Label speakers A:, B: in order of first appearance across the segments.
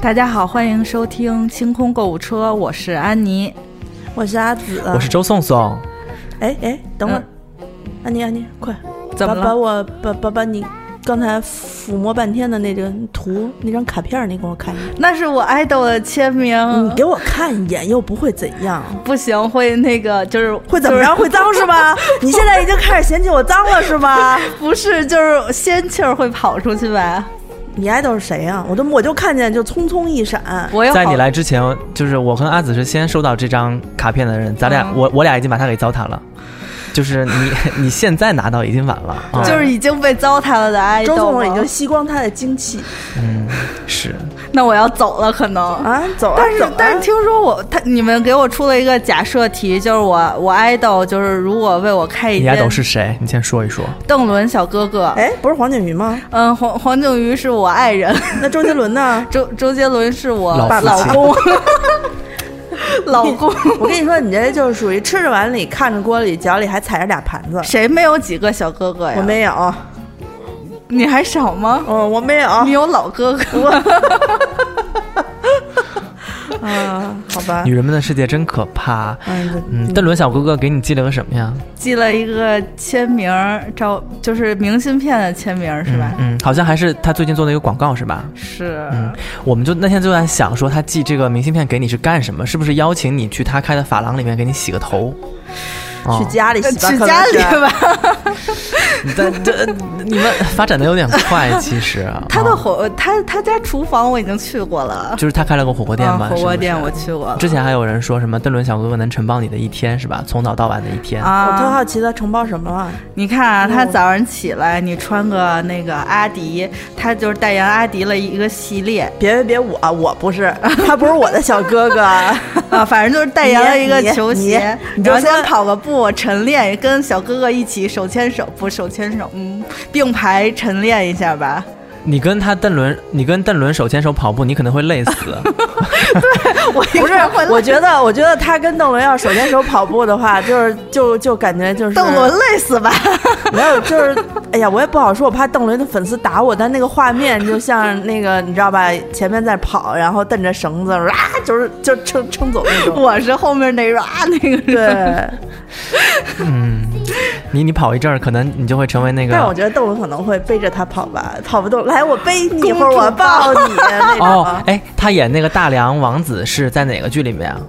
A: 大家好，欢迎收听清空购物车，我是安妮。
B: 我是阿紫，啊
A: 嗯
C: 我是周颂颂，
B: 哎哎，等会儿，安妮安妮，快，
A: 怎么
B: 把把
A: 了？
B: 我把把把你刚才抚摸半天的那个图那张卡片儿，你给我看一眼，
A: 那是我爱豆的签名，
B: 你嗯给我看一眼，又不会怎样，
A: 不行会那个就是
B: 会怎么
A: 就是
B: 样？会脏 是吧？你现在已经开始嫌弃我脏了是吧？
A: 不是就是仙气儿会跑出去呗？
B: 你爱豆是谁呀、我都我就看见就匆匆一闪，
A: 我有
C: 在
A: 好
C: 你来之前，就是我跟阿紫是先收到这张卡片的人，咱俩、
A: 嗯
C: 我我俩已经把它给糟蹋了，就是你你 现在拿到已经晚了，啊
A: 就是已经被糟蹋了的爱
B: 周
A: 豆
B: 总
A: 了，
B: 已经吸光他的精气
C: 嗯是，
A: 那我要走了可能。
B: 啊，走啊
A: 但是
B: 走啊
A: 但是听说我他你们给我出了一个假设题，就是我我爱豆就是如果为我开一
C: 你
A: 间
C: 爱豆是谁？你先说一说，
A: 邓伦小哥哥，
B: 哎，不是黄景瑜吗？
A: 嗯黄黄靖瑜是我爱人，？
B: 那周杰伦呢
A: 周周杰伦是我
C: 老父
A: 老
C: 亲
A: 公，老公。
B: 我跟你说，你这就是属于吃着碗里看着锅里，脚里还踩着俩盘子。
A: 谁没有几个小哥哥呀？
B: 我，没有，
A: 你还少吗？
B: 嗯，我没有。
A: 你有老哥哥，
B: 啊，好
A: 嗯
B: 吧，
C: 女人们的世界真可怕。
B: 嗯，
C: 嗯，邓伦小哥哥给你寄了个什么呀？
A: 寄了一个签名儿照，就是明信片的签名儿是吧？
C: 嗯，嗯好像还是他最近做的一个广告是吧？
A: 是，
C: 我们就那天就在想说，他寄这个明信片给你是干什么？是不是邀请你去他开的发廊里面给你洗个头？哦
B: 去家里洗吧，
A: 呃去
B: 可能
A: 家里
B: 是
A: 吧。
C: 你在这 你们发展的有点快，其实
A: 他的
C: 啊
A: 火，他他家厨房我已经去过了，
C: 就是他开了个火锅店
A: 啊
C: 嘛，
A: 火
C: 是不
A: 锅
C: 是
A: 店我去过了
C: 之前还有人说什么邓伦小哥哥能承包你的一天是吧？从早到晚的一天，
B: 我特
A: 啊。
B: 好奇他承包什么了，
A: 你看啊，他早上起来，你穿个那个阿迪，他就是代言阿迪了一个系列
B: 别别别，我我 不是，他不是我的小哥哥，
A: 啊，反正就是代言了一个
B: 你你
A: 球鞋，
B: 你你就
A: 然后先
B: 先
A: 跑个步，晨练，跟小哥哥一起手牵手，不手牵手，嗯，并排晨练一下吧。
C: 你跟他邓伦，你跟邓伦手牵手跑步，你可能会累死。
A: 我
B: 不是，我觉得我觉得他跟邓伦要手牵手跑步的话，就是就就感觉就是
A: 邓伦累死吧？
B: 没有，就是哎呀，我也不好说，我怕邓伦的粉丝打我，但那个画面就像那个你知道吧，前面在跑，然后蹬着绳子，啊，就是就撑撑走那种，
A: 我是后面那个啊，那个
B: 对
A: 人。。
C: 你你跑一阵儿，可能你就会成为那
A: 啊
B: 但我
C: 个。哦
B: 觉得邓伦可能会背着他跑吧，跑不动，来我背你，
A: 公主
B: 或者我抱你啊那种。
C: 哦，哎，他演那个大梁王子是在哪个剧里面啊？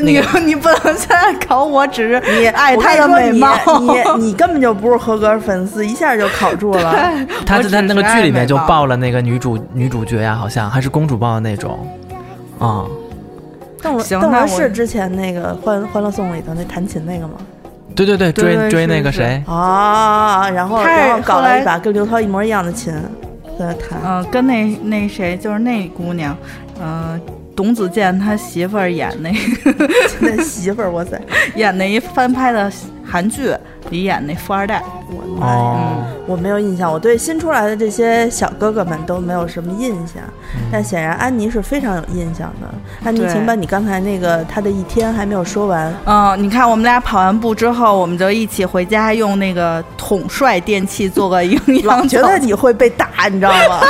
A: 你你 不能现在考我，只是你爱
B: 我
A: 她
B: 跟
A: 的美
B: 你
A: 貌。
B: 说你，你你根本就不是合格粉丝，一下就考住 了。
C: 他
A: 我
C: 就在
A: 只
C: 那个
A: 是
C: 剧
A: 爱
C: 里面
A: 美
C: 就
A: 貌
C: 抱了那个女主女主角呀、好像还是公主抱的那种。啊、
B: 邓伦，
A: 行
B: 邓
A: 那我
B: 伦是之前那个《欢欢乐颂》里头那弹琴那个吗？
C: 对对对，追
A: 对
C: 追
A: 是
C: 那个
A: 是
C: 谁，
B: 啊，然后
A: 他是
B: 然后搞
A: 后来
B: 了一把跟刘涛一模一样的琴，在那弹。
A: 嗯、跟那那谁就是那姑娘，嗯、董子健他媳妇儿演那
B: 那媳妇儿，哇塞，
A: 演那一翻拍的韩剧里演那富二代，
B: 我的妈
A: 嗯
B: 呀！
C: 哦，
B: 我没有印象，我对新出来的这些小哥哥们都没有什么印象，但显然安妮是非常有印象的。安妮
A: 对，
B: 请把你刚才那个她的一天还没有说完，
A: 嗯，你看，我们俩跑完步之后，我们就一起回家用那个统帅电器做个营
B: 老
A: 养
B: 觉
A: 早
B: 得
A: 餐。
B: 你会被打，你知道吗？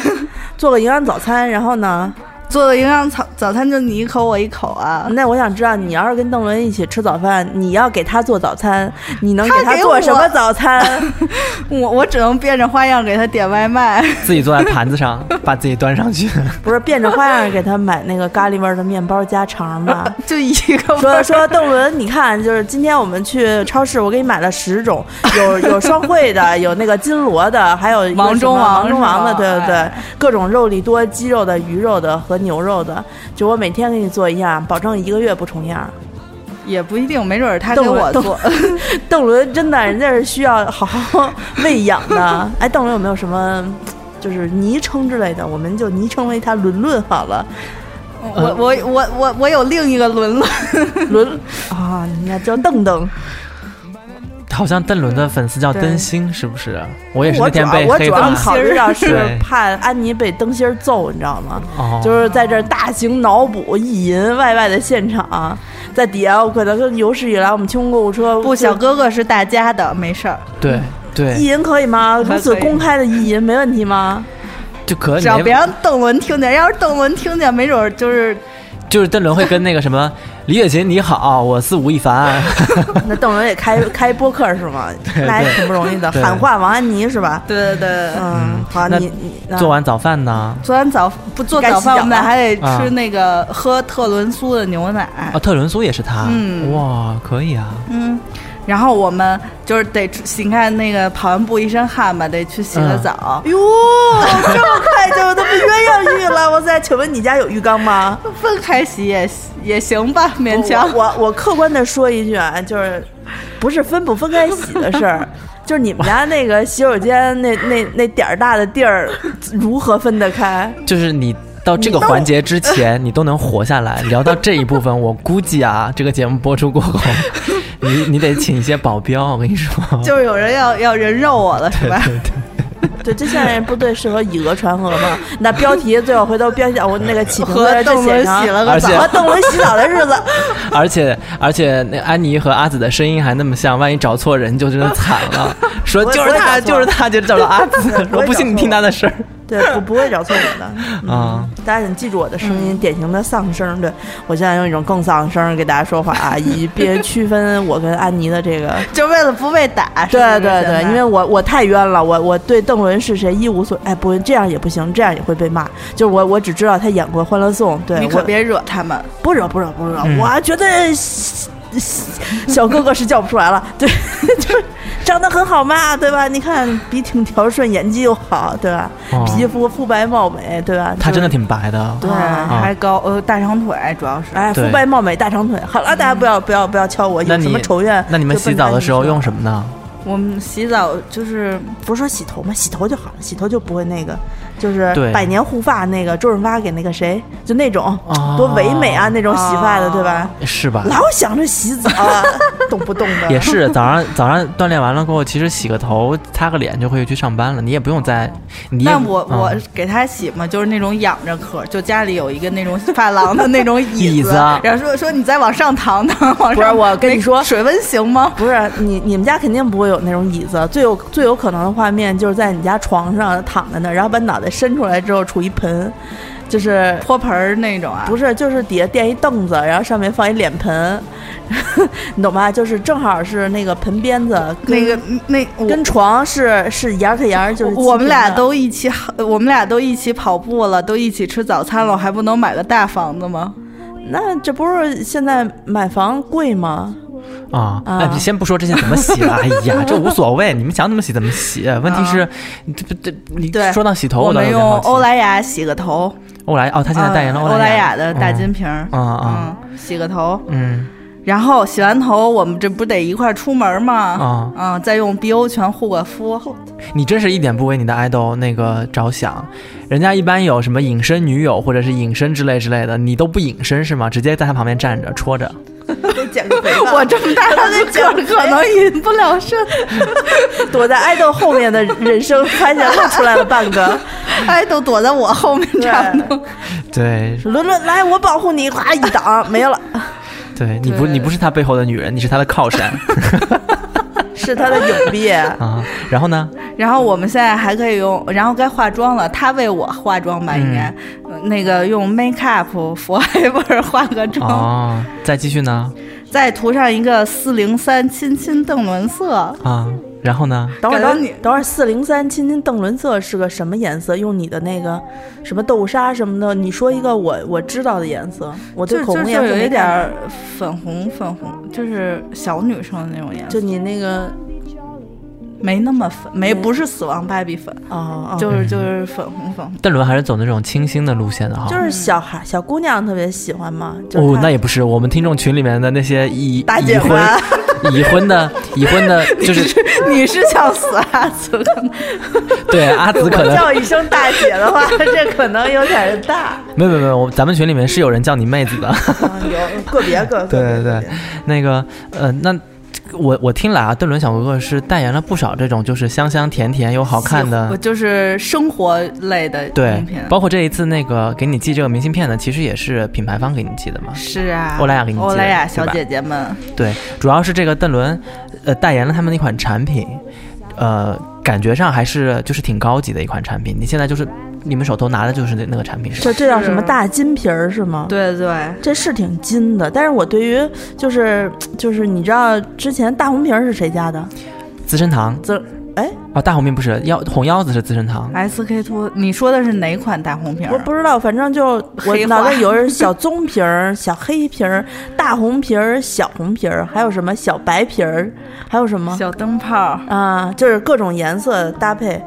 B: 做个营养早餐，然后呢？
A: 做个营养早早餐就你一口我一口啊。
B: 那我想知道，你要是跟邓伦一起吃早饭，你要给他做早餐，你能
A: 他
B: 给他
A: 给我
B: 做什么早餐？ 嗯
A: 我我只能变着花样给他点外卖。
C: 自己坐在盘子 上把自己端上去。
B: 不是变着花样给他买那个咖喱味儿的面包加肠吗？
A: 就一个味
B: 说
A: 儿
B: 说邓伦，你看，就是今天我们去超市，我给你买了十种，有有双汇的，有那个金锣的，还有一个
A: 王中
B: 什么
A: 王
B: 王中王的，
A: 是吧
B: 对对对
A: 哎，
B: 各种肉粒多、鸡肉的、鱼肉的和牛肉的，就我每天给你做一样，保证一个月不重样。
A: 也不一定，没准儿他给
B: 邓
A: 我
B: 伦
A: 做。
B: 邓伦真的，人家是需要好好喂养的。哎，邓伦有没有什么？就是昵称之类的，我们就昵称为他伦伦好了。
A: 我我我我我有另一个轮轮，
B: 伦 啊，人家叫邓邓。
C: 好像邓伦的粉丝叫
B: 对
C: 灯芯，是不是？我也是
B: 我
C: 那
B: 主
C: 天
B: 要
C: 被
B: 我主
C: 黑的
B: 要
C: 嘛。
B: 考虑到是
C: 对
B: 怕安妮被灯芯儿揍，你知道吗？
C: 哦，
B: 就是在这儿大型脑补意淫 YY 的现场，在底下，我可能跟有史以来我们清空购物车
A: 不，小
B: 想
A: 哥哥是大家的，没事儿，
C: 对对
B: 意淫可以吗？
A: 可以
B: 如此公开的意淫没问题吗？
C: 就可
B: 嗯
C: 以
A: 只要
C: 没
A: 别让邓伦听见，要是邓伦听见，没准儿就是
C: 就是邓伦会跟那个什么李雪琴你好，我是吴 亦凡，
B: 那邓伦也 开开播客是吗？那也挺不容易的，
C: 对
B: 喊话王安妮是吧？
A: 对对对。
B: 嗯，好，
C: 那
B: 你你
C: 做完早饭呢？
A: 昨天早不做
B: 该
A: 早
B: 洗脚
A: 饭，我们
B: 了
A: 还得
C: 啊
A: 吃那个、喝特仑苏的牛奶。
B: 嗯
C: 啊，特伦苏也是他，
A: 嗯
C: 哇，可以啊，
A: 嗯，然后我们就是得出洗，你看那个跑完步一身汗嘛，得去洗个
C: 嗯
A: 澡。
B: 哟，这么快就他妈鸳鸯浴了！哇塞，请问你家有浴缸吗？
A: 分开洗也也行吧，勉强。
B: 嗯哦我我我客观的说一句啊，就是不是分不分开洗的事 儿，就是你们家那个洗手间那那那点儿大的地儿如何分得开？
C: 就是你。到这个环节之前，你都能活下 来。聊到这一部分，我估计啊，这个节目播出过后，你你得请一些保镖。我跟你说，
A: 就是有人要要人肉我了，是吧？
B: 对，这现在部队适合以讹传讹嘛？那标题最后回头标题我那个起评
A: 和
B: 在这
A: 邓
B: 写
A: 伦
B: 上啊
A: 洗了
C: 而
A: 个
C: 且
A: 澡，
B: 和邓伦洗澡的日子，
C: 而且而且那安妮和阿紫的声音还那么像，万一找错人就真的惨 了。说
B: 不会
C: 就是他，
B: 不会找错
C: 就是他，就找到阿紫。
B: 不
C: 说
B: 会
C: 不信
B: 找
C: 你听
B: 错
C: 他的事儿
B: 对，不不会找错人的。
C: 啊。
B: 大家请记住我的声
A: 嗯
B: 音，典型的丧声。对我现在用一种更丧声给大家说话啊，以便区分我跟安妮的这个
A: 就为了不被打。是不
B: 对
A: 是
B: 对对，
A: 现在
B: 因为我我太冤了，我我对邓伦是谁一无所哎不这样也不行，这样也会被骂。就是我我只知道他演过《欢乐颂》，对
A: 你可
B: 我
A: 别惹他们。
B: 不惹不惹不惹，
C: 嗯
B: 我觉得小小哥哥是叫不出来了，对， 就是长得很好嘛，对吧？你看笔挺调顺，眼睛又好，对吧？
C: 哦
B: 皮肤肤白貌美，对吧？
C: 他
B: 就是
C: 真的挺白的，哦
A: 对，
B: 啊
A: 嗯还高呃大长腿，主要是。
B: 哎，肤
C: 对
B: 白貌美，大长腿。好了，大家不要不要不要敲我，
C: 那
B: 有
C: 你
B: 什么仇怨？
C: 那你们洗澡的时候用
B: 么？
C: 什么呢？
A: 我们洗澡就是
B: 不是说洗头吗？洗头就好了，洗头就不会那个，就是
C: 对
B: 百年护发那个周润发给那个谁，就那种、
C: 哦
B: 多唯美啊，那种洗发的，
A: 哦
B: 对吧？
C: 是吧？
B: 老想着洗 澡，啊动不动的
C: 也是早上早上锻炼完了过后，其实洗个头、擦个脸就可以去上班了，你也不用再你也
A: 但我、
C: 嗯
A: 我给他洗嘛，就是那种仰着磕，就家里有一个那种 发廊的那种
C: 椅
A: 子，
C: 子啊
A: 然后说说你再往上躺躺，往上
B: 不是我跟你
A: 那
B: 说
A: 水温行吗？
B: 不是你，你们家肯定不会有那种椅子，最有最有可能的画面就是在你家床上躺在那儿，然后把脑袋伸出来之后杵一盆，就是
A: 泼盆儿那种啊，
B: 不是，就是底下垫一凳子，然后上面放一脸盆， 你懂吧？就是正好是那个盆边子跟
A: 那个那我
B: 跟床是是沿儿跟沿儿，就是
A: 我们俩
B: 齐平的
A: 都一起，呃我们俩都一起跑步了，都一起吃早餐了，我还不能买个大房子吗？
B: 那这不是现在买房贵吗？
C: 啊，哎，
B: 啊
C: 你先不说这些怎么洗了，哎呀，这无所谓，你们想怎么洗怎么洗。问题
B: 啊
C: 是，你这不这你
A: 对
C: 说到洗头，
A: 我
C: 倒
A: 们
C: 有
A: 用
C: 点好奇
A: 欧莱雅洗个头，
C: 欧莱哦，他现在代言了
A: 嗯欧莱
C: 莱
A: 雅的大金，瓶儿，
C: 嗯嗯
A: 嗯，洗个头，
C: 嗯
A: 然后洗完头，我们这不得一块儿出门吗
C: 啊？
A: 嗯，再用 BO 全护个 肤，
C: 嗯，你真是一点不为你的爱豆那个着想，人家一般有什么隐身女友或者是隐身之类之类的，你都不隐身是吗？直接在他旁边站着戳着，
B: 得减个肥
A: 我这么大的个可能隐不了身，
B: 躲在爱豆后面的人生，发现露出来了半个。
A: 哎，都躲在我后面站着。
C: 对
B: 伦伦，来，我保护你，哗一挡没有了，
C: 对，你不
A: 对
C: 你不是他背后的女人，你是他的靠山
B: 是他的影壁。
C: 啊。然后呢？
A: 然后我们现在还可以用，然后该化妆了，他为我化妆吧，应该、
C: 嗯
A: 呃那个用 make up forever 化个妆，
C: 哦，再继续呢？
A: 再涂上一个四零三亲亲邓伦色，
C: 啊，然后呢？
B: 等会儿，
A: 感觉
B: 等会
A: 你
B: 儿，等会儿，四零三亲亲邓伦色是个什么颜色？用你的那个什么豆沙什么的，你说一个我我知道的颜色。我对
A: 就
B: 口
A: 就
B: 红
A: 就
B: 颜色
A: 有
B: 没
A: 一
B: 概
A: 点
B: 念
A: 儿粉红粉红，就是小女生的那种颜色，
B: 就你那个
A: 没那么粉，没不是死亡芭比粉，
B: 哦，哦
A: 就是
C: 嗯
A: 就是粉红粉红。
C: 邓伦还是走那种清新的路线的哈。
B: 就是小孩小姑娘特别喜欢嘛。就是
C: 哦，
B: 她
C: 那也不是，我们听众群里面的那些已
A: 大
C: 已
A: 姐
C: 婚
A: 们
C: 已婚的已婚的，就是
A: 你是想死啊？此刻
C: 对阿紫可
B: 我
C: 能
B: 叫一声大姐 的话，这可能有点儿大，
C: 没有没有没有，我咱们群里面是有人叫你妹子的。
B: 嗯有个别个
C: 对
B: 个别
C: 对
B: 个
C: 对
B: 别，
C: 那个呃，那我我听来啊，邓伦小哥哥是代言了不少这种就是香香甜甜又好看的
A: 我就是生活类的
C: 对
A: 用品，，
C: 包括这一次那个给你寄这个明信片的，其实也是品牌方给你寄的嘛。
A: 是啊，
C: 欧莱雅给你寄的
A: 欧莱雅
C: 对
A: 小
C: 吧
A: 姐姐们，
C: 对，主要是这个邓伦，呃，代言了他们的一款产品，呃，感觉上还是就是挺高级的一款产品。你现在就是你们手头拿的就是那那个产品是吧？
B: 这这叫什么
A: 是
B: 大金瓶儿是吗？
A: 对对，
B: 这是挺金的，但是我对于就是就是你知道之前大红瓶儿是谁家的？
C: 资生堂
B: 这哎，
C: 哦，大红瓶不是腰红腰子是资生堂，
A: S K two，你说的是哪款大红瓶儿？啊
B: 我不知道，反正就我
A: 黑化
B: 脑袋有是小棕瓶儿、小黑瓶儿、大红瓶儿、小红瓶儿，还有什么小白瓶儿，还有什么
A: 小灯泡儿，
B: 啊，就是各种颜色搭配。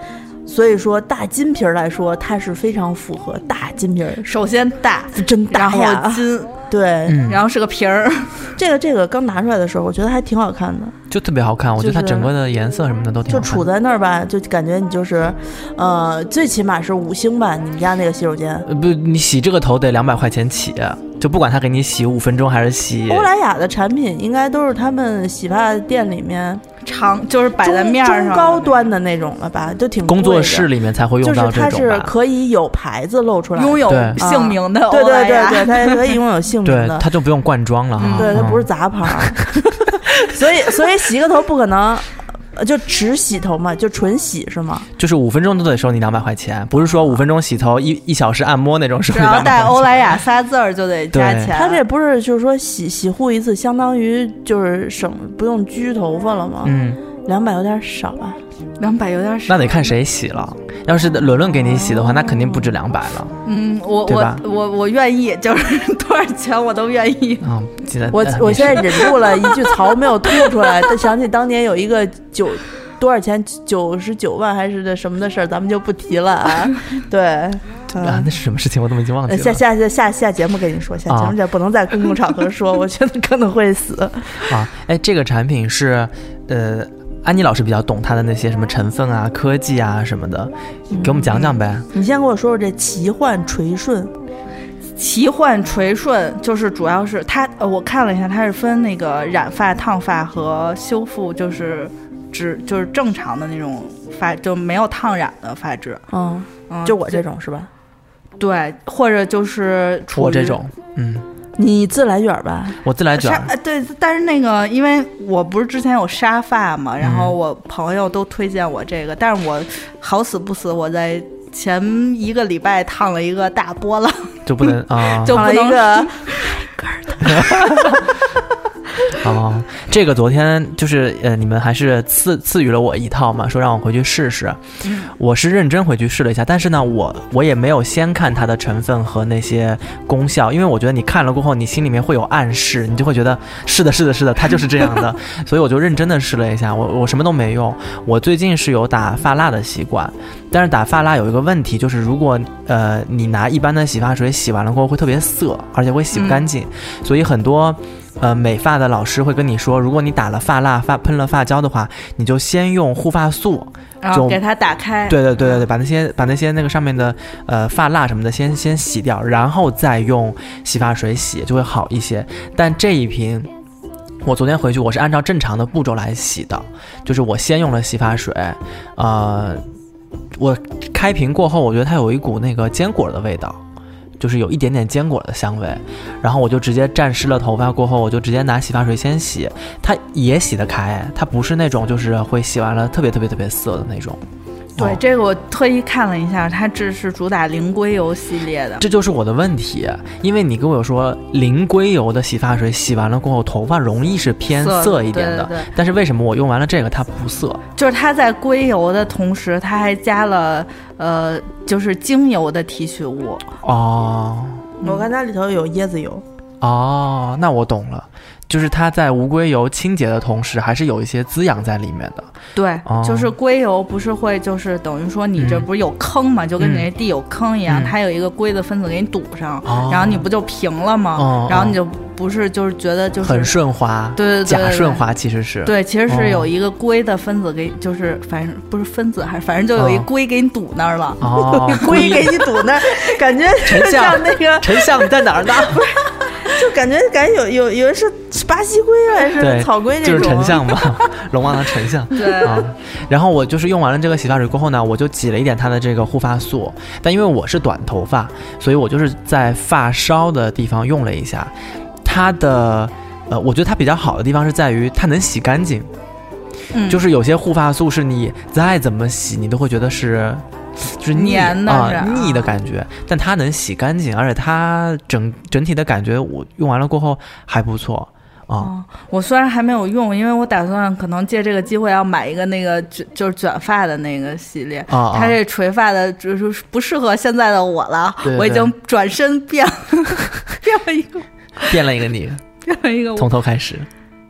B: 所以说大金瓶儿来说，它是非常符合大金瓶儿，
A: 首先大，
B: 真
A: 然
B: 大
A: 后
B: 呀！
A: 金，
B: 对，
C: 嗯，
A: 然后是个瓶儿，
B: 这个这个刚拿出来的时候，我觉得还挺好看的。
C: 就特别好看，我觉得它
B: 就是
C: 整个的颜色什么的都挺
B: 就
C: 好看
B: 杵
C: 的。
B: 在那儿吧，就感觉你就是，呃，最起码是五星吧，你们家那个洗手间。
C: 呃不，你洗这个头得两百块钱起，就不管他给你洗五分钟还是洗
B: 欧莱雅的产品应该都是他们洗发店里面
A: 长就是摆在
B: 中
A: 面儿上
B: 中
A: 的
B: 高端的那种了吧，就挺贵的
C: 工作室，里面才会
B: 就
C: 用
B: 是
C: 到
B: 它
C: 这种
B: 是
C: 吧？
B: 可以有牌子露出来的，
A: 拥有
C: 对
A: 姓名的
B: 对
A: 欧
B: 对
A: 莱雅，
B: 对对， 它也可以拥有 姓名
C: 对，
B: 的，
C: 它就不用灌装了哈。
B: 对它
C: 嗯
B: 不是杂牌儿， 所以所以洗个头不可能。呃就只洗头嘛，就纯洗是吗？
C: 就是五分钟都得收你两百块钱，不是说五分钟洗头一一小时按摩那种收
A: 只
C: 你
A: 要
C: 两
A: 带
C: 百
A: 欧莱雅仨字儿就得加
C: 对
A: 钱。
B: 它这不是就是说洗洗护一次，相当于就是省不用焗头发了吗？
C: 嗯，
B: 两百有点少啊吧？
A: 两百有点少，
C: 那得看谁洗了。要是伦伦给你洗的话，那肯定不止两百了。
A: 嗯，我
C: 对吧
A: 我我我愿意，就是 多少钱我都愿意。
C: 嗯，记得
B: 我
C: 呃
B: 我
C: 没事
B: 现在忍住了一句槽没有吐出来，但想起当年有一个九多少钱九十九万还是什么的事儿，咱们就不提了啊。对，
C: 啊，
B: 嗯
C: 那是什么事情？我怎么已经忘记
B: 呃
C: 了？
B: 下下下下下节目跟你说，下节目这不能在公共场合说，我觉得可能会死。
C: 啊，哎，这个产品是呃，安妮老师比较懂它的那些什么成分啊、科技啊什么的，给我们讲讲呗。
B: 你先跟我说说这奇幻垂顺，
A: 奇幻垂顺就是主要是它，呃，我看了一下，它是分那个染发、烫发和修复，就是只就是正常的那种发，就没有烫染的发质。
B: 嗯，
A: 嗯，
B: 就我这种是吧？
A: 对，或者就是处
C: 我
A: 于
C: 这种，嗯，
B: 你自来卷儿吧？
C: 我自来卷
A: 沙
C: 儿，
A: 呃对，但是那个因为我不是之前有沙发
C: 嗯
A: 嘛，然后我朋友都推荐我这个，但是我好死不死我在。前一个礼拜烫了一个大波浪，
C: 就不能啊，
A: 就
B: 烫
A: 不
B: 了一
A: 能
B: 个
C: 哦，这个昨天就是呃，你们还是赐赐予了我一套嘛，说让我回去试试。我是认真回去试了一下，但是呢，我我也没有先看它的成分和那些功效，因为我觉得你看了过后，你心里面会有暗示，你就会觉得是的，是的，是的，它就是这样的。所以我就认真的试了一下，我我什么都没用。我最近是有打发蜡的习惯，但是打发蜡有一个问题，就是如果呃你拿一般的洗发水洗完了过后会特别涩，而且会洗不干净，所以很多。呃，美发的老师会跟你说，如果你打了发蜡、发喷了发胶的话，你就先用护发素。
A: 然后
C: 就
A: 给它打开。嗯
C: 对对对对对，把那些把那些那个上面的呃发蜡什么的先先洗掉，然后再用洗发水洗就会好一些。但这一瓶。我昨天回去，我是按照正常的步骤来洗的，就是我先用了洗发水，呃，我开瓶过后，我觉得它有一股那个坚果的味道，就是有一点点坚果的香味，然后我就直接沾湿了头发，过后我就直接拿洗发水先洗，它也洗得开，它不是那种就是会洗完了特别特别特别涩的那种。
A: 对
C: 哦，
A: 这个我特意看了一下，它这是主打零硅油系列的。
C: 这就是我的问题，因为你跟我说零硅油的洗发水洗完了过后，头发容易是偏涩一点
A: 对
C: 的。
A: 对对
C: 但是为什么我用完了这个它不涩？
A: 就是它在硅油的同时，它还加了呃，就是精油的提取物。嗯
C: 哦
B: 我看它里头有椰子油，
C: 哦，那我懂了，就是它在无硅油清洁的同时，还是有一些滋养在里面的。
A: 对，
C: 哦
A: 就是硅油不是会就是等于说你这
C: 嗯
A: 不是有坑嘛，就跟你那地有坑一样，
C: 嗯
A: 它有一个硅的分子给你堵上，
C: 哦
A: 然后你不就平了吗？
C: 哦
A: 然后你就不是就是觉得就是
C: 很顺滑，
A: 对对对
C: 假
A: 对
C: 顺滑其实是。
A: 对，其实
C: 哦
A: 是有一个硅的分子给，就是反正不是分子，还是反正就有一
C: 哦
A: 硅给你堵那儿了。
C: 哦，
B: 故意给你堵那儿，感觉就
C: 丞相
B: 像那个
C: 丞相你在哪儿呢？
B: 就感觉感觉有有有的是巴西龟啊还是
C: 对
B: 草龟那
C: 就
B: 种，
C: 是沉像嘛，龙王的沉像。
A: 对
C: 啊，然后我就是用完了这个洗发水过后呢，我就挤了一点它的这个护发素，但因为我是短头发，所以我就是在发梢的地方用了一下。它的，呃，我觉得它比较好的地方是在于它能洗干净，
A: 嗯
C: 就是有些护发素是你再怎么洗，你都会觉得是。就是腻
A: 黏的
C: 啊
A: 是吧
C: 腻的感觉，但它能洗干净，而且它整整体的感觉，我用完了过后还不错啊。
A: 哦，我虽然还没有用，因为我打算可能借这个机会要买一个那个卷，就是卷发的那个系列。
C: 啊啊
A: 它这垂发的就是不适合现在的我了，
C: 对对
A: 我已经转身变变了一个
C: 变了一个你，
A: 变了一个我。
C: 从头开始。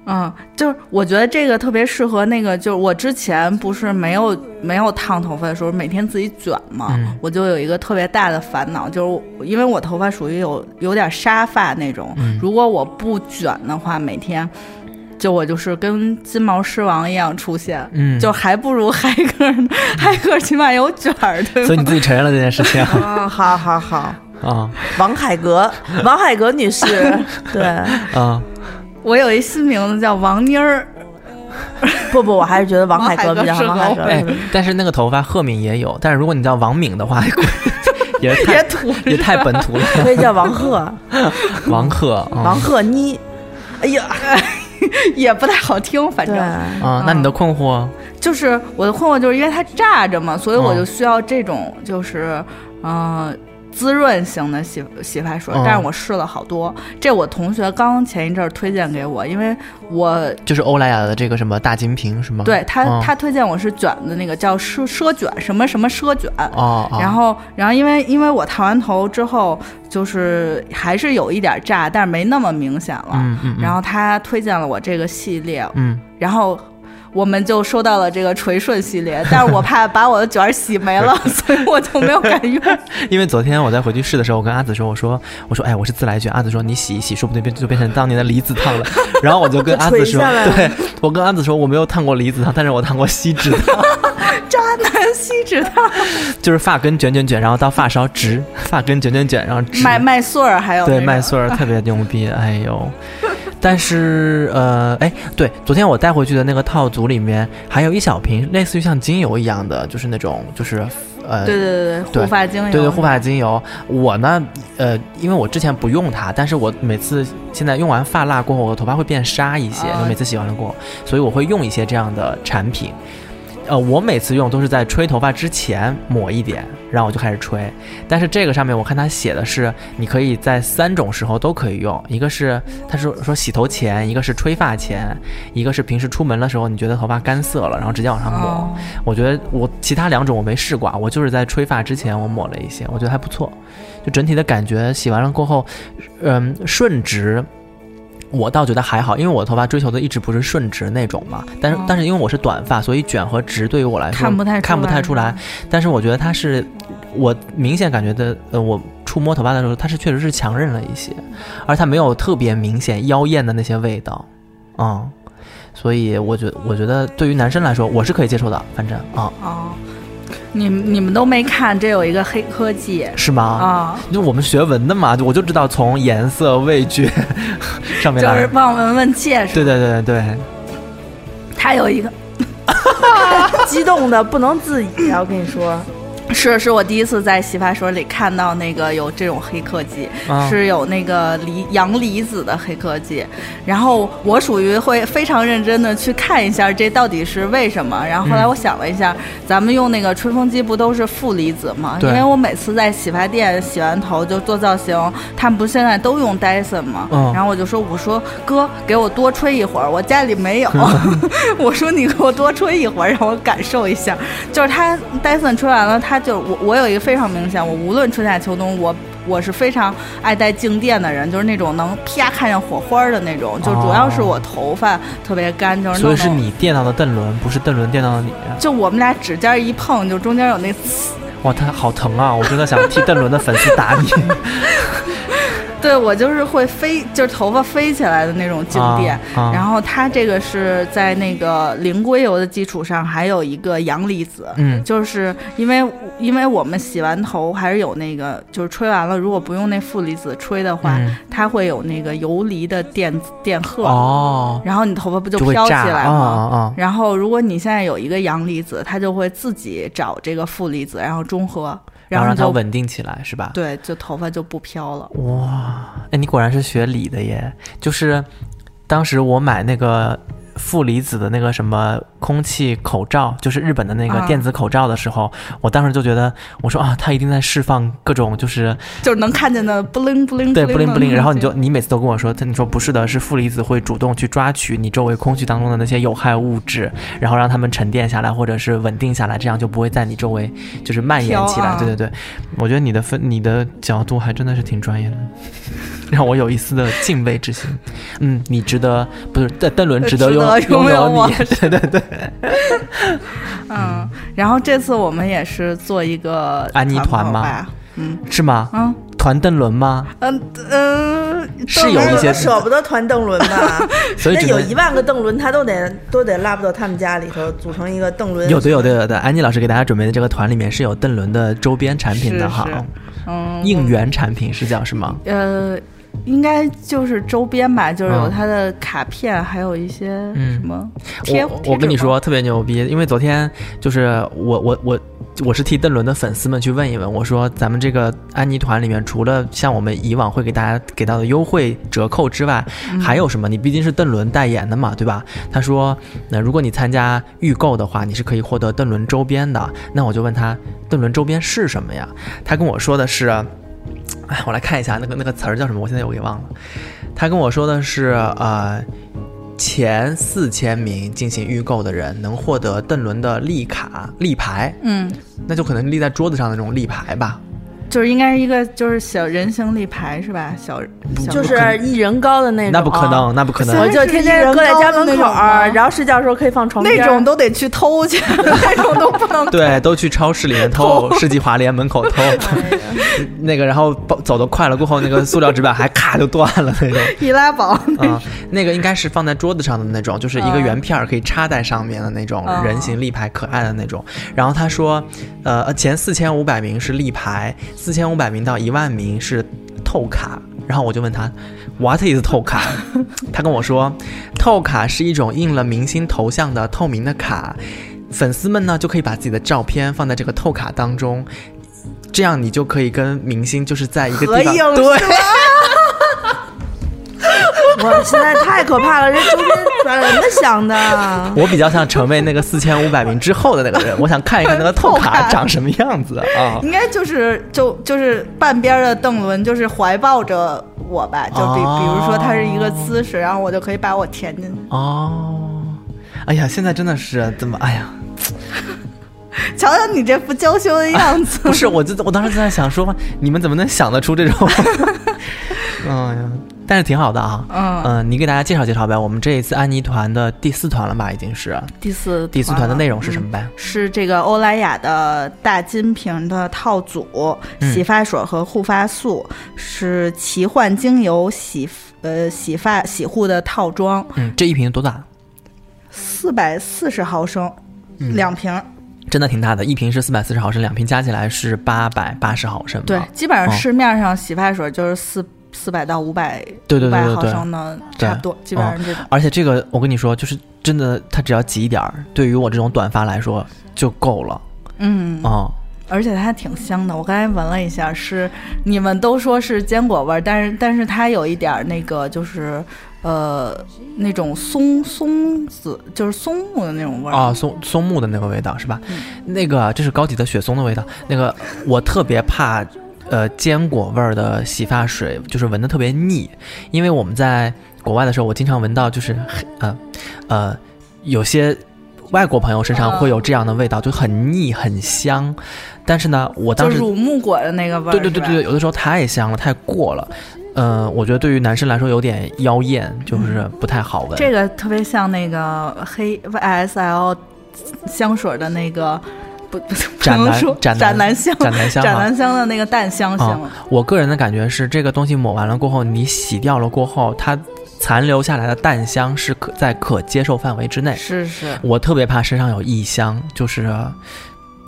A: 嗯，就是我觉得这个特别适合那个，就是我之前不是没有没有烫头发的时候，每天自己卷嘛，
C: 嗯
A: 我就有一个特别大的烦恼，就是我因为我头发属于有有点沙发那种，
C: 嗯
A: 如果我不卷的话，每天就我就是跟金毛狮王一样出现，
C: 嗯，
A: 就还不如嗨哥呢，嗨哥起码有卷儿， 对
C: 所以
A: 吧？
C: 你自己承认了这件事情啊
B: 嗯，好好好，
C: 啊
B: 王海 格，王海格女士，对，
C: 啊！
A: 我有一新名字叫王妮儿，
B: 不不，我还是觉得王海格比较好，
A: 王
B: 王
A: 海
B: 海
A: 格
B: 格，
C: 哎
B: 嗯，
C: 但是那个头发赫敏也有，但是如果你叫王敏的话，也是
A: 别
C: 太
A: 土
C: 也太本土了。
B: 可以叫王 鹤，
C: 哦王鹤
B: 王
C: 啊
B: 鹤妮，
A: 哎呀， 也不太好听，反
B: 对，
A: 正
C: 啊，那你的困惑
A: 就是我的困惑，就是因为它炸着嘛，所以我
C: 嗯
A: 就需要这种就是嗯、呃滋润型的洗洗发水
C: 嗯，
A: 但是我试了好多，这我同学刚前一阵儿推荐给我，因为我
C: 就是欧莱雅的这个什么大金瓶是吗？
A: 对他
C: 啊嗯
A: 他推荐我是卷的那个叫奢奢卷什么什么奢卷。
C: 哦哦，
A: 然后，然后因为因为我烫完头之后，就是还是有一点炸，但是没那么明显了。
C: 嗯嗯，嗯
A: 然后他推荐了我这个系列，
C: 嗯，
A: 然后我们就收到了这个垂顺系列，但是我怕把我的卷儿洗没 了，所以我就没有敢用。
C: 因为昨天我在回去试的时候，我跟阿紫说，我说我说哎，我是自来卷，阿紫说你洗一洗，说不定变就变成当年的离子烫了。然后我就跟阿紫
B: 垂
C: 说
B: 下来，了
C: 对我跟阿紫说我没有烫过离子烫，但是我烫过锡纸烫，
A: 渣男锡纸 烫，
C: 就是发根卷卷卷，然后到发梢直， 发根卷卷卷，然后直。
A: 麦麦穗儿还有
C: 对，
A: 那
C: 麦
A: 个
C: 穗儿特别牛逼，哎 呦！但是呃，哎，对，昨天我带回去的那个套组里面还有一小瓶，类似于像精油一样的，就是那种就是呃，
A: 对对对
C: 对
A: 护发精油，
C: 对对护发精油。我呢，呃，因为我之前不用它，但是我每次现在用完发蜡过后，我的头发会变沙一些，
A: 啊
C: 就每次洗完了过后，所以我会用一些这样的产品。呃，我每次用都是在吹头发之前抹一点，然后我就开始吹。但是这个上面我看它写的是，你可以在三种时候都可以用，一个是他说说洗头前，一个是吹发前，一个是平时出门的时候你觉得头发干涩了，然后直接往上抹。
A: 哦
C: 我觉得我其他两种我没试过，啊，我就是在吹发之前我抹了一些，我觉得还不错，就整体的感觉洗完了过后，嗯，顺直。我倒觉得还好，因为我头发追求的一直不是顺直那种嘛，但是、
A: 哦
C: 但是因为我是短发，所以卷和直对于我来说
A: 看不太嗯
C: 看不太出来
A: 是吧。
C: 但是我觉得它是，我明显感觉的，呃，我触摸头发的时候，它是确实是强韧了一些，而它没有特别明显妖艳的那些味道，嗯，所以我觉我觉得对于男生来说，我是可以接受的，反正啊、
A: 哦。你你们都没看，这有一个黑科技
C: 是吗？
A: 啊，
C: 就我们学文的嘛，我就知道从颜色、味觉 上面
A: 就
C: 来
A: 是。望闻问切，
C: 对对对对对，
A: 它有一个
B: 激动的不能自已啊！我跟你说，
A: 是，是我第一次在洗发水里看到那个有这种黑科技，
C: 啊
A: 是有那个离阳离子的黑科技。然后我属于会非常认真的去看一下这到底是为什么。然后后来
C: 嗯
A: 我想了一下，咱们用那个吹风机不都是负离子吗？
C: 对
A: 因为我每次在洗发店洗完头就做造型，他们不是现在都用 Dyson 吗？
C: 嗯
A: 然后我就说，我说哥，给我多吹一会儿，我家里 没有。 我说你给我多吹一会儿，让我感受一下。就是它戴森吹完了，它就我我有一个非常明显，我无论春夏秋冬，我我是非常爱戴静电的人，就是那种能啪看见火花的那种。就主要是我头发特别干，就是
C: 哦所以
A: 弄
C: 是
A: 得我
C: 你电到的邓伦，不是邓伦电到的你。
A: 就我们俩指尖一碰，就中间有那刺。
C: 哇，他好疼啊！我真的想替邓伦的粉丝打你。
A: 对我就是会飞，就是头发飞起来的那种静电。
C: 啊啊
A: 然后它这个是在那个零硅油的基础上，还有一个阳离子。
C: 嗯
A: 就是因为因为我们洗完头还是有那个，就是吹完了，如果不用那负离子吹的话，
C: 嗯
A: 它会有那个游离的电电荷，
C: 哦，
A: 然后你头发不就
C: 会
A: 飘起
C: 炸
A: 来
C: 啊
A: 吗？
C: 啊啊！
A: 然后，如果你现在有一个阳离子，它就会自己找这个负离子，然后中和，
C: 然
A: 后
C: 后让
A: 你
C: 它
A: 就
C: 稳定起来是吧？
A: 对，就头发就不飘了。
C: 哇，哎，你果然是学理的耶！就是当时我买那个负离子的那个什么空气口罩，就是日本的那个
A: 啊
C: 电子口罩的时候，我当时就觉得，我说啊，它一定在释放各种就是
A: 就是能看见的不灵不灵，
C: 对不灵不灵，然后你
A: 就
C: 就你每次都跟我说，他你说不是的，是负离子会主动去抓取你周围空气当中的那些有害物质，然后让它们沉淀下来或者是稳定下来，这样就不会在你周围就是蔓延起来。
A: 飘啊
C: 对对对，我觉得你的分你的角度还真的是挺专业的，让我有一丝的敬畏之心。嗯，你值得不是邓邓伦值得
A: 值
C: 拥
A: 得拥有
C: 有
A: 我
C: 你， 对对对，
A: 嗯。然后这次我们也是做一个
C: 安妮团吗
A: 吧？嗯
C: 是吗？
A: 嗯
C: 团邓伦吗？
A: 嗯嗯，
C: 是 有一些
B: 舍不得团邓伦吧？
C: 所以
B: 那
C: 只
B: 有
C: 能
B: 一万个邓伦，他都得都得拉不到他们家里头，组成一个邓
A: 呃
B: 伦。
C: 有的有的有的，安妮老师给大家准备的这个团里面是有邓伦的周边产品的
A: 是
C: 哈。
A: 是嗯
C: 应援产品是叫是吗？
A: 呃，应该就是周边吧，就是有
C: 嗯
A: 它的卡片，还有一些
C: 嗯
A: 什么贴。
C: 我
A: 贴
C: 我跟你
A: 纸吗，
C: 说特别牛逼，因为昨天就是我我我我是替邓伦的粉丝们去问一问，我说咱们这个安妮团里面，除了像我们以往会给大家给到的优惠折扣之外，
A: 嗯
C: 还有什么？你毕竟是邓伦代言的嘛，对吧？他说，那如果你参加预购的话，你是可以获得邓伦周边的。那我就问他，邓伦周边是什么呀？他跟我说的是，哎，我来看一下那个那个词儿叫什么，我现在我给忘了。他跟我说的是，呃，前四千名进行预购的人能获得邓伦的立卡立牌，
A: 嗯，
C: 那就可能立在桌子上的那种立牌吧。
A: 就是应该是一个就是小人形立牌是吧？小小
B: 就是一人高的那种，哦
C: 那不可。能，那不可
B: 我
C: 能。
B: 就天天搁在家门口儿，然后睡觉的时候可以放床边
A: 那
B: 儿
A: 种都得去偷 去，那种都不能。
C: 对，都去超市里面偷，世纪华联门口偷， 那个，然后走走得快了，过后那个塑料纸板还咔就断了那种。
A: 易拉宝
C: 啊、那个应该是放在桌子上的那种，就是一
B: 啊
C: 个圆片儿可以插在上面的那种
A: 哦
C: 人形立牌，可爱的那种。然后他说，呃，前四千五百名是立牌，四千五百名到一万名是透卡。然后我就问他，What is 透卡？ 他跟我说，透卡是一种印了明星头像的透明的卡，粉丝们呢就可以把自己的照片放在这个透卡当中。这样你就可以跟明星就是在一个
B: 合
C: 地方
B: 影是
C: 对，
B: 我现在太可怕了，这周边怎么想的？
C: 我比较想成为那个四千五百名之后的 那个人，我想看一看那个透
A: 透卡
C: 卡长什么样子啊。
A: 应该就是就就是半边的邓伦，就是怀抱着我吧，就比
C: 哦
A: 比如说他是一个姿势，然后我就可以把我填进去。
C: 哦，哎呀，现在真的是怎么？哎呀，
A: 瞧瞧你这不娇羞的样子，
C: 不是，我就我当时就在想说，你们怎么能想得出这 种？ 哎呀，但是挺好的啊。
A: 嗯
C: 嗯，你给大家介绍介绍呗。我们这一次安妮团的第四团了吧，已经是
A: 第四
C: 第四团的内容是
A: 么？
C: 什么呗？
A: 是这个欧莱雅的大金瓶的套组，
C: 嗯
A: 洗发水和护发素，是奇幻精油洗呃洗发洗护的套装，
C: 嗯，这一瓶多大？
A: 四百四十毫升，
C: 嗯
A: 两瓶儿。
C: 真的挺大的，一瓶是四百四十毫升，两瓶加起来是八百八十毫升吧。
A: 对，基本上
C: 哦
A: 市面上洗发水就是四四百到五百
C: 对对对
A: 五百
C: 对
A: 毫
C: 对
A: 升的，
C: 对
A: 差不多，基本上这种。
C: 而且这个，我跟你说，就是真的，它只要挤一点儿，对于我这种短发来说就够了
A: 嗯，
C: 啊、
A: 而且它还挺香的，我刚才闻了一下，是你们都说是坚果味儿，但是但是它有一点儿那个就是呃那种松松子，就是松木的那种味儿。
C: 啊，松松木的那个味道是吧？
A: 嗯
C: 那个这是高级的雪松的味道。那个我特别怕，呃，坚果味儿的洗发水，就是闻的特别腻，因为我们在国外的时候，我经常闻到就是黑呃呃有些。外国朋友身上
A: 嗯
C: 会有这样的味道，就很腻很香，但是呢，我
A: 就
C: 当时
A: 乳木果的那个味儿，
C: 对对对对，对，有的时候太香了，太过了。嗯、我觉得对于男生来说有点妖艳，就是不太好闻。
A: 嗯这个特别像那个黑 YSL 香水的那个不 不不
C: 斩
A: 能
C: 男
A: 说
C: 斩
A: 斩
C: 男
A: 男香，
C: 斩男香
A: 斩
C: 啊
A: 男香的那个淡香
C: 啊
A: 香，
C: 我个人的感觉是，这个东西抹完了过后，你洗掉了过后，它残留下来的淡香是可在可接受范围之内。
A: 是是，
C: 我特别怕身上有异香，就是，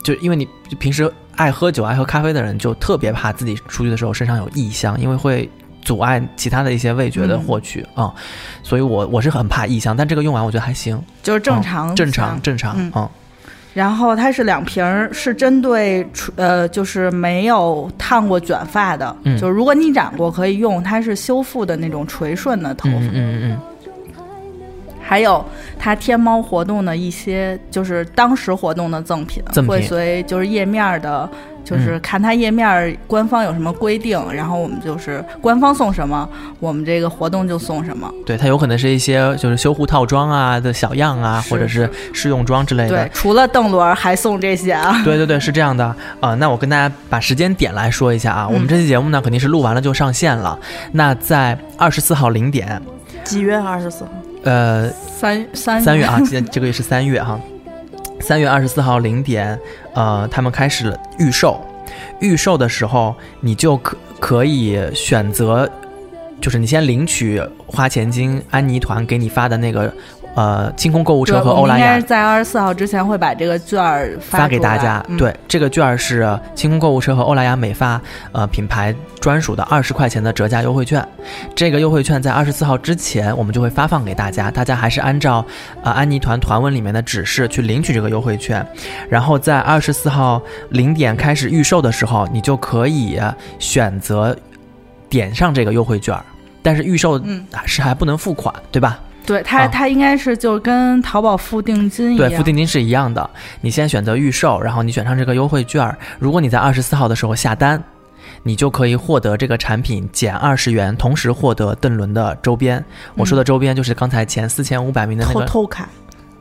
C: 就因为你平时爱喝酒、爱喝咖啡的人，就特别怕自己出去的时候身上有异香，因为会阻碍其他的一些味觉的
A: 嗯
C: 获取啊、所以我我是很怕异香，但这个用完我觉得还行，
A: 就是正常、
C: 啊正常，正常
A: 嗯
C: 啊、
A: 然后它是两瓶儿，是针对除呃，就是没有烫过卷发的，
C: 嗯
A: 就是如果你染过可以用，它是修复的那种垂顺的头
C: 嗯
A: 发。
C: 嗯嗯嗯
A: 还有它天猫活动的一些，就是当时活动的赠品，
C: 赠品嗯
A: 会随就是页面儿的，就是看它页面儿官方有什么规定，然后我们就是官方送什么，我们这个活动就送什么。
C: 嗯，对，它有可能是一些就是修护套装啊的小样啊，
A: 是
C: 或者是试用装之类的
A: 对，，除了邓伦儿还送这些啊。
C: 对对对，是这样的啊、那我跟大家把时间点来说一下啊，我们这期节目呢肯定是录完了就上线了。那在二十四号零点，
B: 几月二十四号？
C: 呃，
A: 三三
C: 三月啊，今天这个月是三月哈、三月二十四号零点，呃，他们开始了预售。预售的时候，你就可可以选择，就是你先领取花钱精安妮团给你发的那个，呃，清空购物车
A: 对
C: 和
A: 我
C: 欧
A: 们
C: 莱
A: 应
C: 雅
A: 该是在二十四号之前会把这个券儿
C: 发给
A: 出
C: 大
A: 来
C: 家。
A: 嗯
C: 对，这个券儿是清空购物车和欧莱雅美发呃品牌专属的二十块钱的折价优惠券。这个优惠券在二十四号之前我们就会发放给大家，大家还是按照呃安妮团团文里面的指示去领取这个优惠券。然后在二十四号零点开始预售的时候，你就可以选择点上这个优惠券儿，但是预售
A: 嗯，
C: 是还不能付款，对吧？
A: 对，它
C: 啊
A: 它应该是就是跟淘宝付定金一样，
C: 对，付定金是一样的。你先选择预售，然后你选上这个优惠券儿。如果你在二十四号的时候下单，你就可以获得这个产品减二十元，同时获得邓伦的周边。我说的周边就是刚才前四千五百名的那
B: 偷
C: 个
B: 偷卡，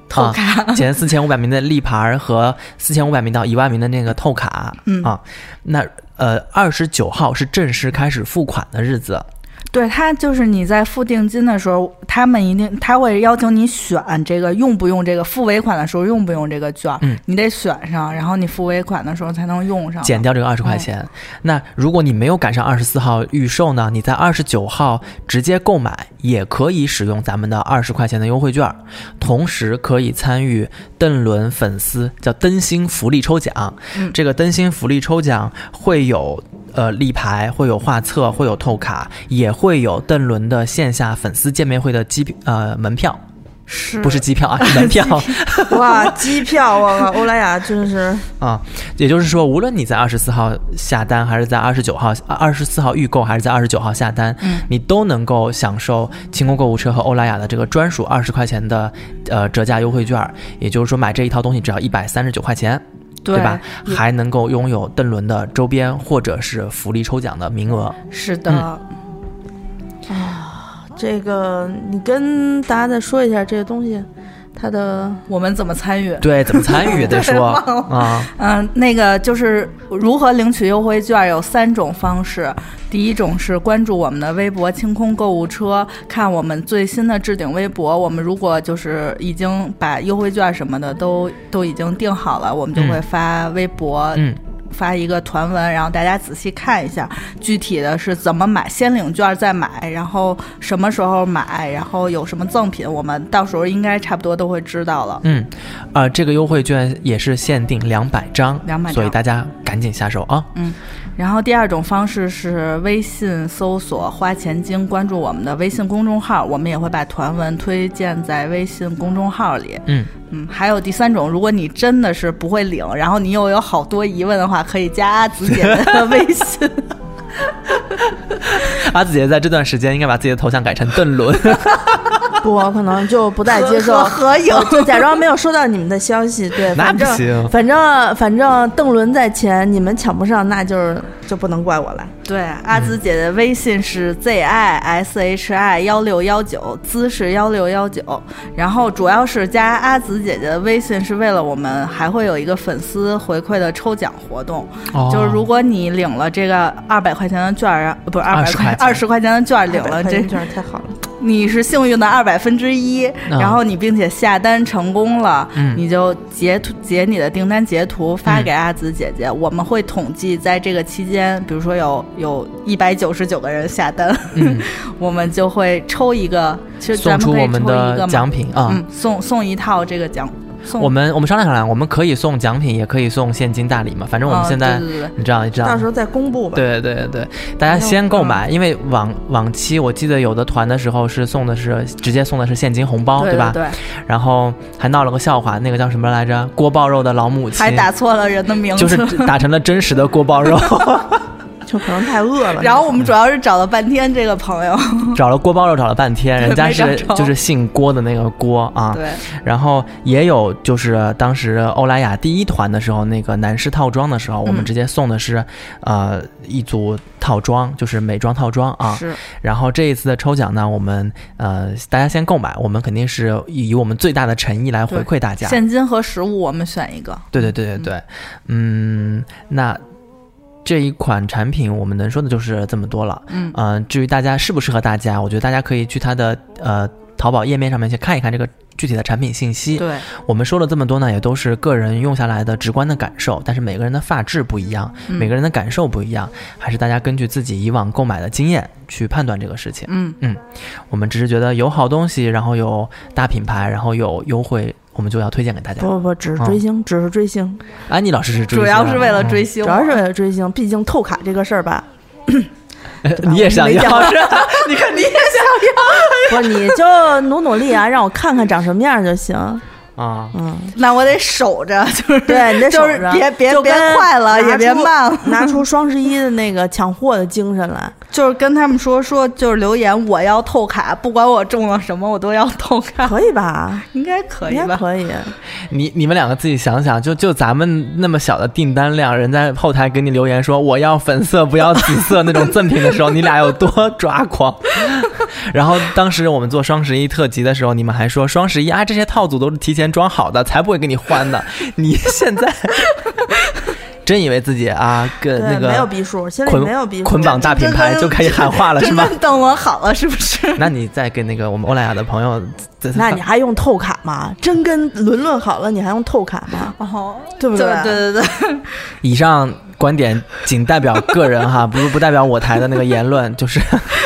A: 透卡，
C: 啊、前四千五百名的立牌儿和四千五百名到一万名的那个透卡。
A: 嗯
C: 啊，那呃，二十九号是正式开始付款的日子。
A: 对，它就是你在付定金的时候，他们一定他会要求你选这个用不用这个付尾款的时候用不用这个券儿，
C: 嗯
A: 你得选上，然后你付尾款的时候才能用上。
C: 减掉这个二十块
A: 嗯
C: 钱。那如果你没有赶上二十四号预售呢，你在二十九号直接购买也可以使用咱们的二十块钱的优惠券儿，同时可以参与邓伦粉丝叫灯芯福利抽奖。
A: 嗯
C: 这个灯芯福利抽奖会有。呃，立牌会有画册，会有透卡，也会有邓伦的线下粉丝见面会的机呃门票，
A: 是
C: 不是机票啊，是门 票。
B: 哇，机票，我靠，欧莱雅真是
C: 啊，也就是说，无论你在二十四号下单，还是在二十九号、二十四号预购，还是在二十九号下单，
A: 嗯
C: 你都能够享受清空购物车和欧莱雅的这个专属二十块钱的呃折价优惠券儿。也就是说，买这一套东西只要一百三十九块钱，
A: 对
C: 吧？
A: 也
C: 还能够拥有邓伦的周边或者是福利抽奖的名额。
A: 是的，
C: 嗯
B: 这个，你跟大家再说一下这个东西，它的
A: 我们怎么参与？
C: 对，怎么参与也得说
A: 对忘
C: 啊，
A: 嗯，那个就是如何领取优惠券有三种方式，第一种是关注我们的微博“清空购物车”，看我们最新的置顶微博。我们如果就是已经把优惠券什么的都都已经定好了，我们就会
C: 嗯
A: 发微博、
C: 嗯，
A: 发一个团文，然后大家仔细看一下具体的是怎么买，先领券再买，然后什么时候买，然后有什么赠品，我们到时候应该差不多都会知道了。
C: 嗯，呃，这个优惠券也是限定两百张，
A: 200
C: 所以
A: 张
C: 大家赶紧下手啊！
A: 然后第二种方式是微信搜索“花钱精”，关注我们的微信公众号，我们也会把团文推荐在微信公众号里。
C: 嗯
A: 嗯，还有第三种，如果你真的是不会领，然后你又有好多疑问的话，可以加阿紫姐的微 信。
C: 阿紫姐在这段时间应该把自己的头像改成 邓伦。
B: 不，我可能就不再接 受
A: 和合影
B: 我就假装没有收到你们的消息。对，
C: 那
B: 反
C: 不
B: 正
C: 行
B: 反正反正邓伦在前，你们抢不上，那就是就不能怪我了。
A: 对，阿紫姐的微信是 z i s h i 幺六幺九，姿势幺六幺九。然后主要是加阿紫姐姐的微信，是为了我们还会有一个粉丝回馈的抽奖活动。
C: 哦
A: 就是如果你领了这个二百块钱的券儿，啊，不是二百
C: 20块
A: 块
C: 钱
A: 二十块钱的券儿，领了
B: 200块
A: 这
B: 钱券太好了，
A: 你是幸运的二百分之一，
C: 嗯
A: 然后你并且下单成功了，
C: 嗯
A: 你就截图截你的订单截图发给阿紫姐姐，我们会统计在这个期间，比如说有有一百九十九个人下单，
C: 嗯，
A: 我们就会抽一个，其实
C: 送
A: 咱
C: 出
A: 可以
C: 我
A: 抽
C: 们
A: 一
C: 的
A: 个嘛
C: 奖，品啊。
A: 嗯，送送一套这个奖，送
C: 我们我们商量商量，我们可以送奖品，也可以送现金大礼嘛。反正我们
A: 嗯
C: 现在、
A: 对对对
C: 你知道，你知道，
B: 到时候再公布吧。
C: 对对对，大家先购
A: 嗯
C: 买，因为往往期我记得有的团的时候是送的是直接送的是现金红包，
A: 对
C: 哦吧？
A: 对，
C: 然后还闹了个笑话，那个叫什么来着？锅包肉的老母亲
A: 还打错了人的名字，
C: 就是 打成了真实的锅包肉，
B: 就可能太饿了。
A: 然后我们主要是找了半天这个朋友，
C: 找了锅包肉找了半天，人家
A: 没
C: 是
A: 找着
C: 就是姓郭的那个郭啊。
A: 对，
C: 然后也有就是当时欧莱雅第一团的时候，那个男士套装的时候，我们
A: 嗯
C: 直接送的是呃一组套装，就是美妆套装啊。
A: 是
C: 然后这一次的抽奖呢，我们呃大家先购买，我们肯定是以我们最大的诚意来回馈大家。
A: 现金和实物我们选一个，
C: 对对对对对，嗯，那这一款产品我们能说的就是这么多了。
A: 嗯
C: 嗯、至于大家适不适合大家，我觉得大家可以去它的呃淘宝页面上面去看一看这个具体的产品信息。
A: 对，
C: 我们说了这么多呢，也都是个人用下来的直观的感受，但是每个人的发质不一样，
A: 嗯
C: 每个人的感受不一样，还是大家根据自己以往购买的经验去判断这个事情。
A: 嗯
C: 我们只是觉得有好东西，然后有大品牌，然后有优惠，我们就要推荐给大家
B: 不。不不，只是追
C: 嗯
B: 星，只是追星，
C: 安妮老师是追星
A: 主
C: 的，
A: 要是为了追
C: 嗯
A: 星，
B: 主要是为了追星。毕竟透卡这个事儿吧，
C: 嗯 你也想
B: 没讲
C: 要是？
A: 你 看你也想
B: 不是你就努努力啊，让 我看看长什么样就行。
C: 啊？
B: 嗯，
A: 那我得守着，就是
B: 对你得守
A: 就是
B: 着
A: 别别
B: 就
A: 别
B: 跟
A: 快了，
B: 拿
A: 也别
B: 出
A: 慢了，
B: 拿出双十一的那个抢货的精神来。
A: 就是跟他们说说，就是留言我要透卡，不管我中了什么，我都要透卡，
B: 可以吧？
A: 应该啊可以
B: 应该
A: 吧？
B: 可以。
C: 呃你你们两个自己想想，就就咱们那么小的订单量，人在后台给你留言说我要粉色不要紫色那种赠品的时候，你俩有多抓狂？ 然后当时我们做双十一特辑的时候，你们还说双十一啊这些套组都是提前装好的，才不会给你换的。你现在 真以为自己啊跟那
B: 对，
C: 个
B: 没有逼数，现在
C: 捆
B: 没有逼数。
C: 捆绑大品牌就可以喊话了是
A: 真
C: 吗？
A: 的等我好了是不是？
C: 那你再跟那个我们欧莱雅的朋友，再
B: 那你还用透卡吗？真跟伦伦好了，你还用透卡吗？
A: 哦，
B: 对不
A: 对
B: 对？
A: 对对对，
C: 以上观点仅代表个人哈， 不是不代表我台的那个言论，就是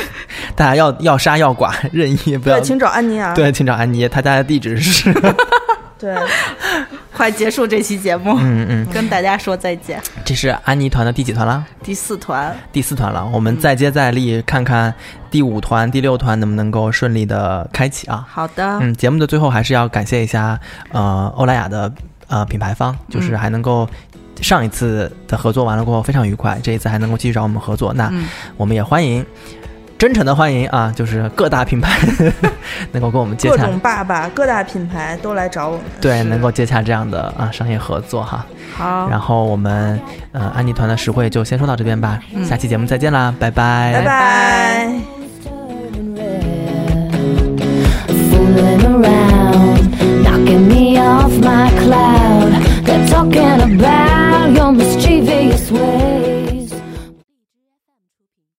C: 大家要要杀要剐，任意不要
B: 对，。请找安妮啊。
C: 对，请找安妮，他家的地址是，
B: 对，
A: 快结束这期节目，
C: 嗯嗯，
A: 跟大家说再见。
C: 这是安妮团的第几团啦？
A: 第四团，
C: 第四团了，我们再接再厉，看看第五团、第六团能不能够顺利的开启啊。
A: 好的，
C: 嗯，节目的最后还是要感谢一下，呃，欧莱雅的呃品牌方，就是还能够上一次的合作完了过后非常愉快，这一次还能够继续找我们合作，那
A: 嗯
C: 我们也欢迎，真诚的欢迎啊，就是各大品牌 能够跟我们接
B: 各
C: 洽，
B: 种爸爸、各大品牌都来找我们。
C: 对，
A: 是
C: 能够接洽这样的啊商业合作哈。
A: 好，
C: 然后我们呃安妮团的实惠就先说到这边吧，
A: 嗯
C: 下期节目再见啦，拜
B: 拜
A: 拜
B: 拜。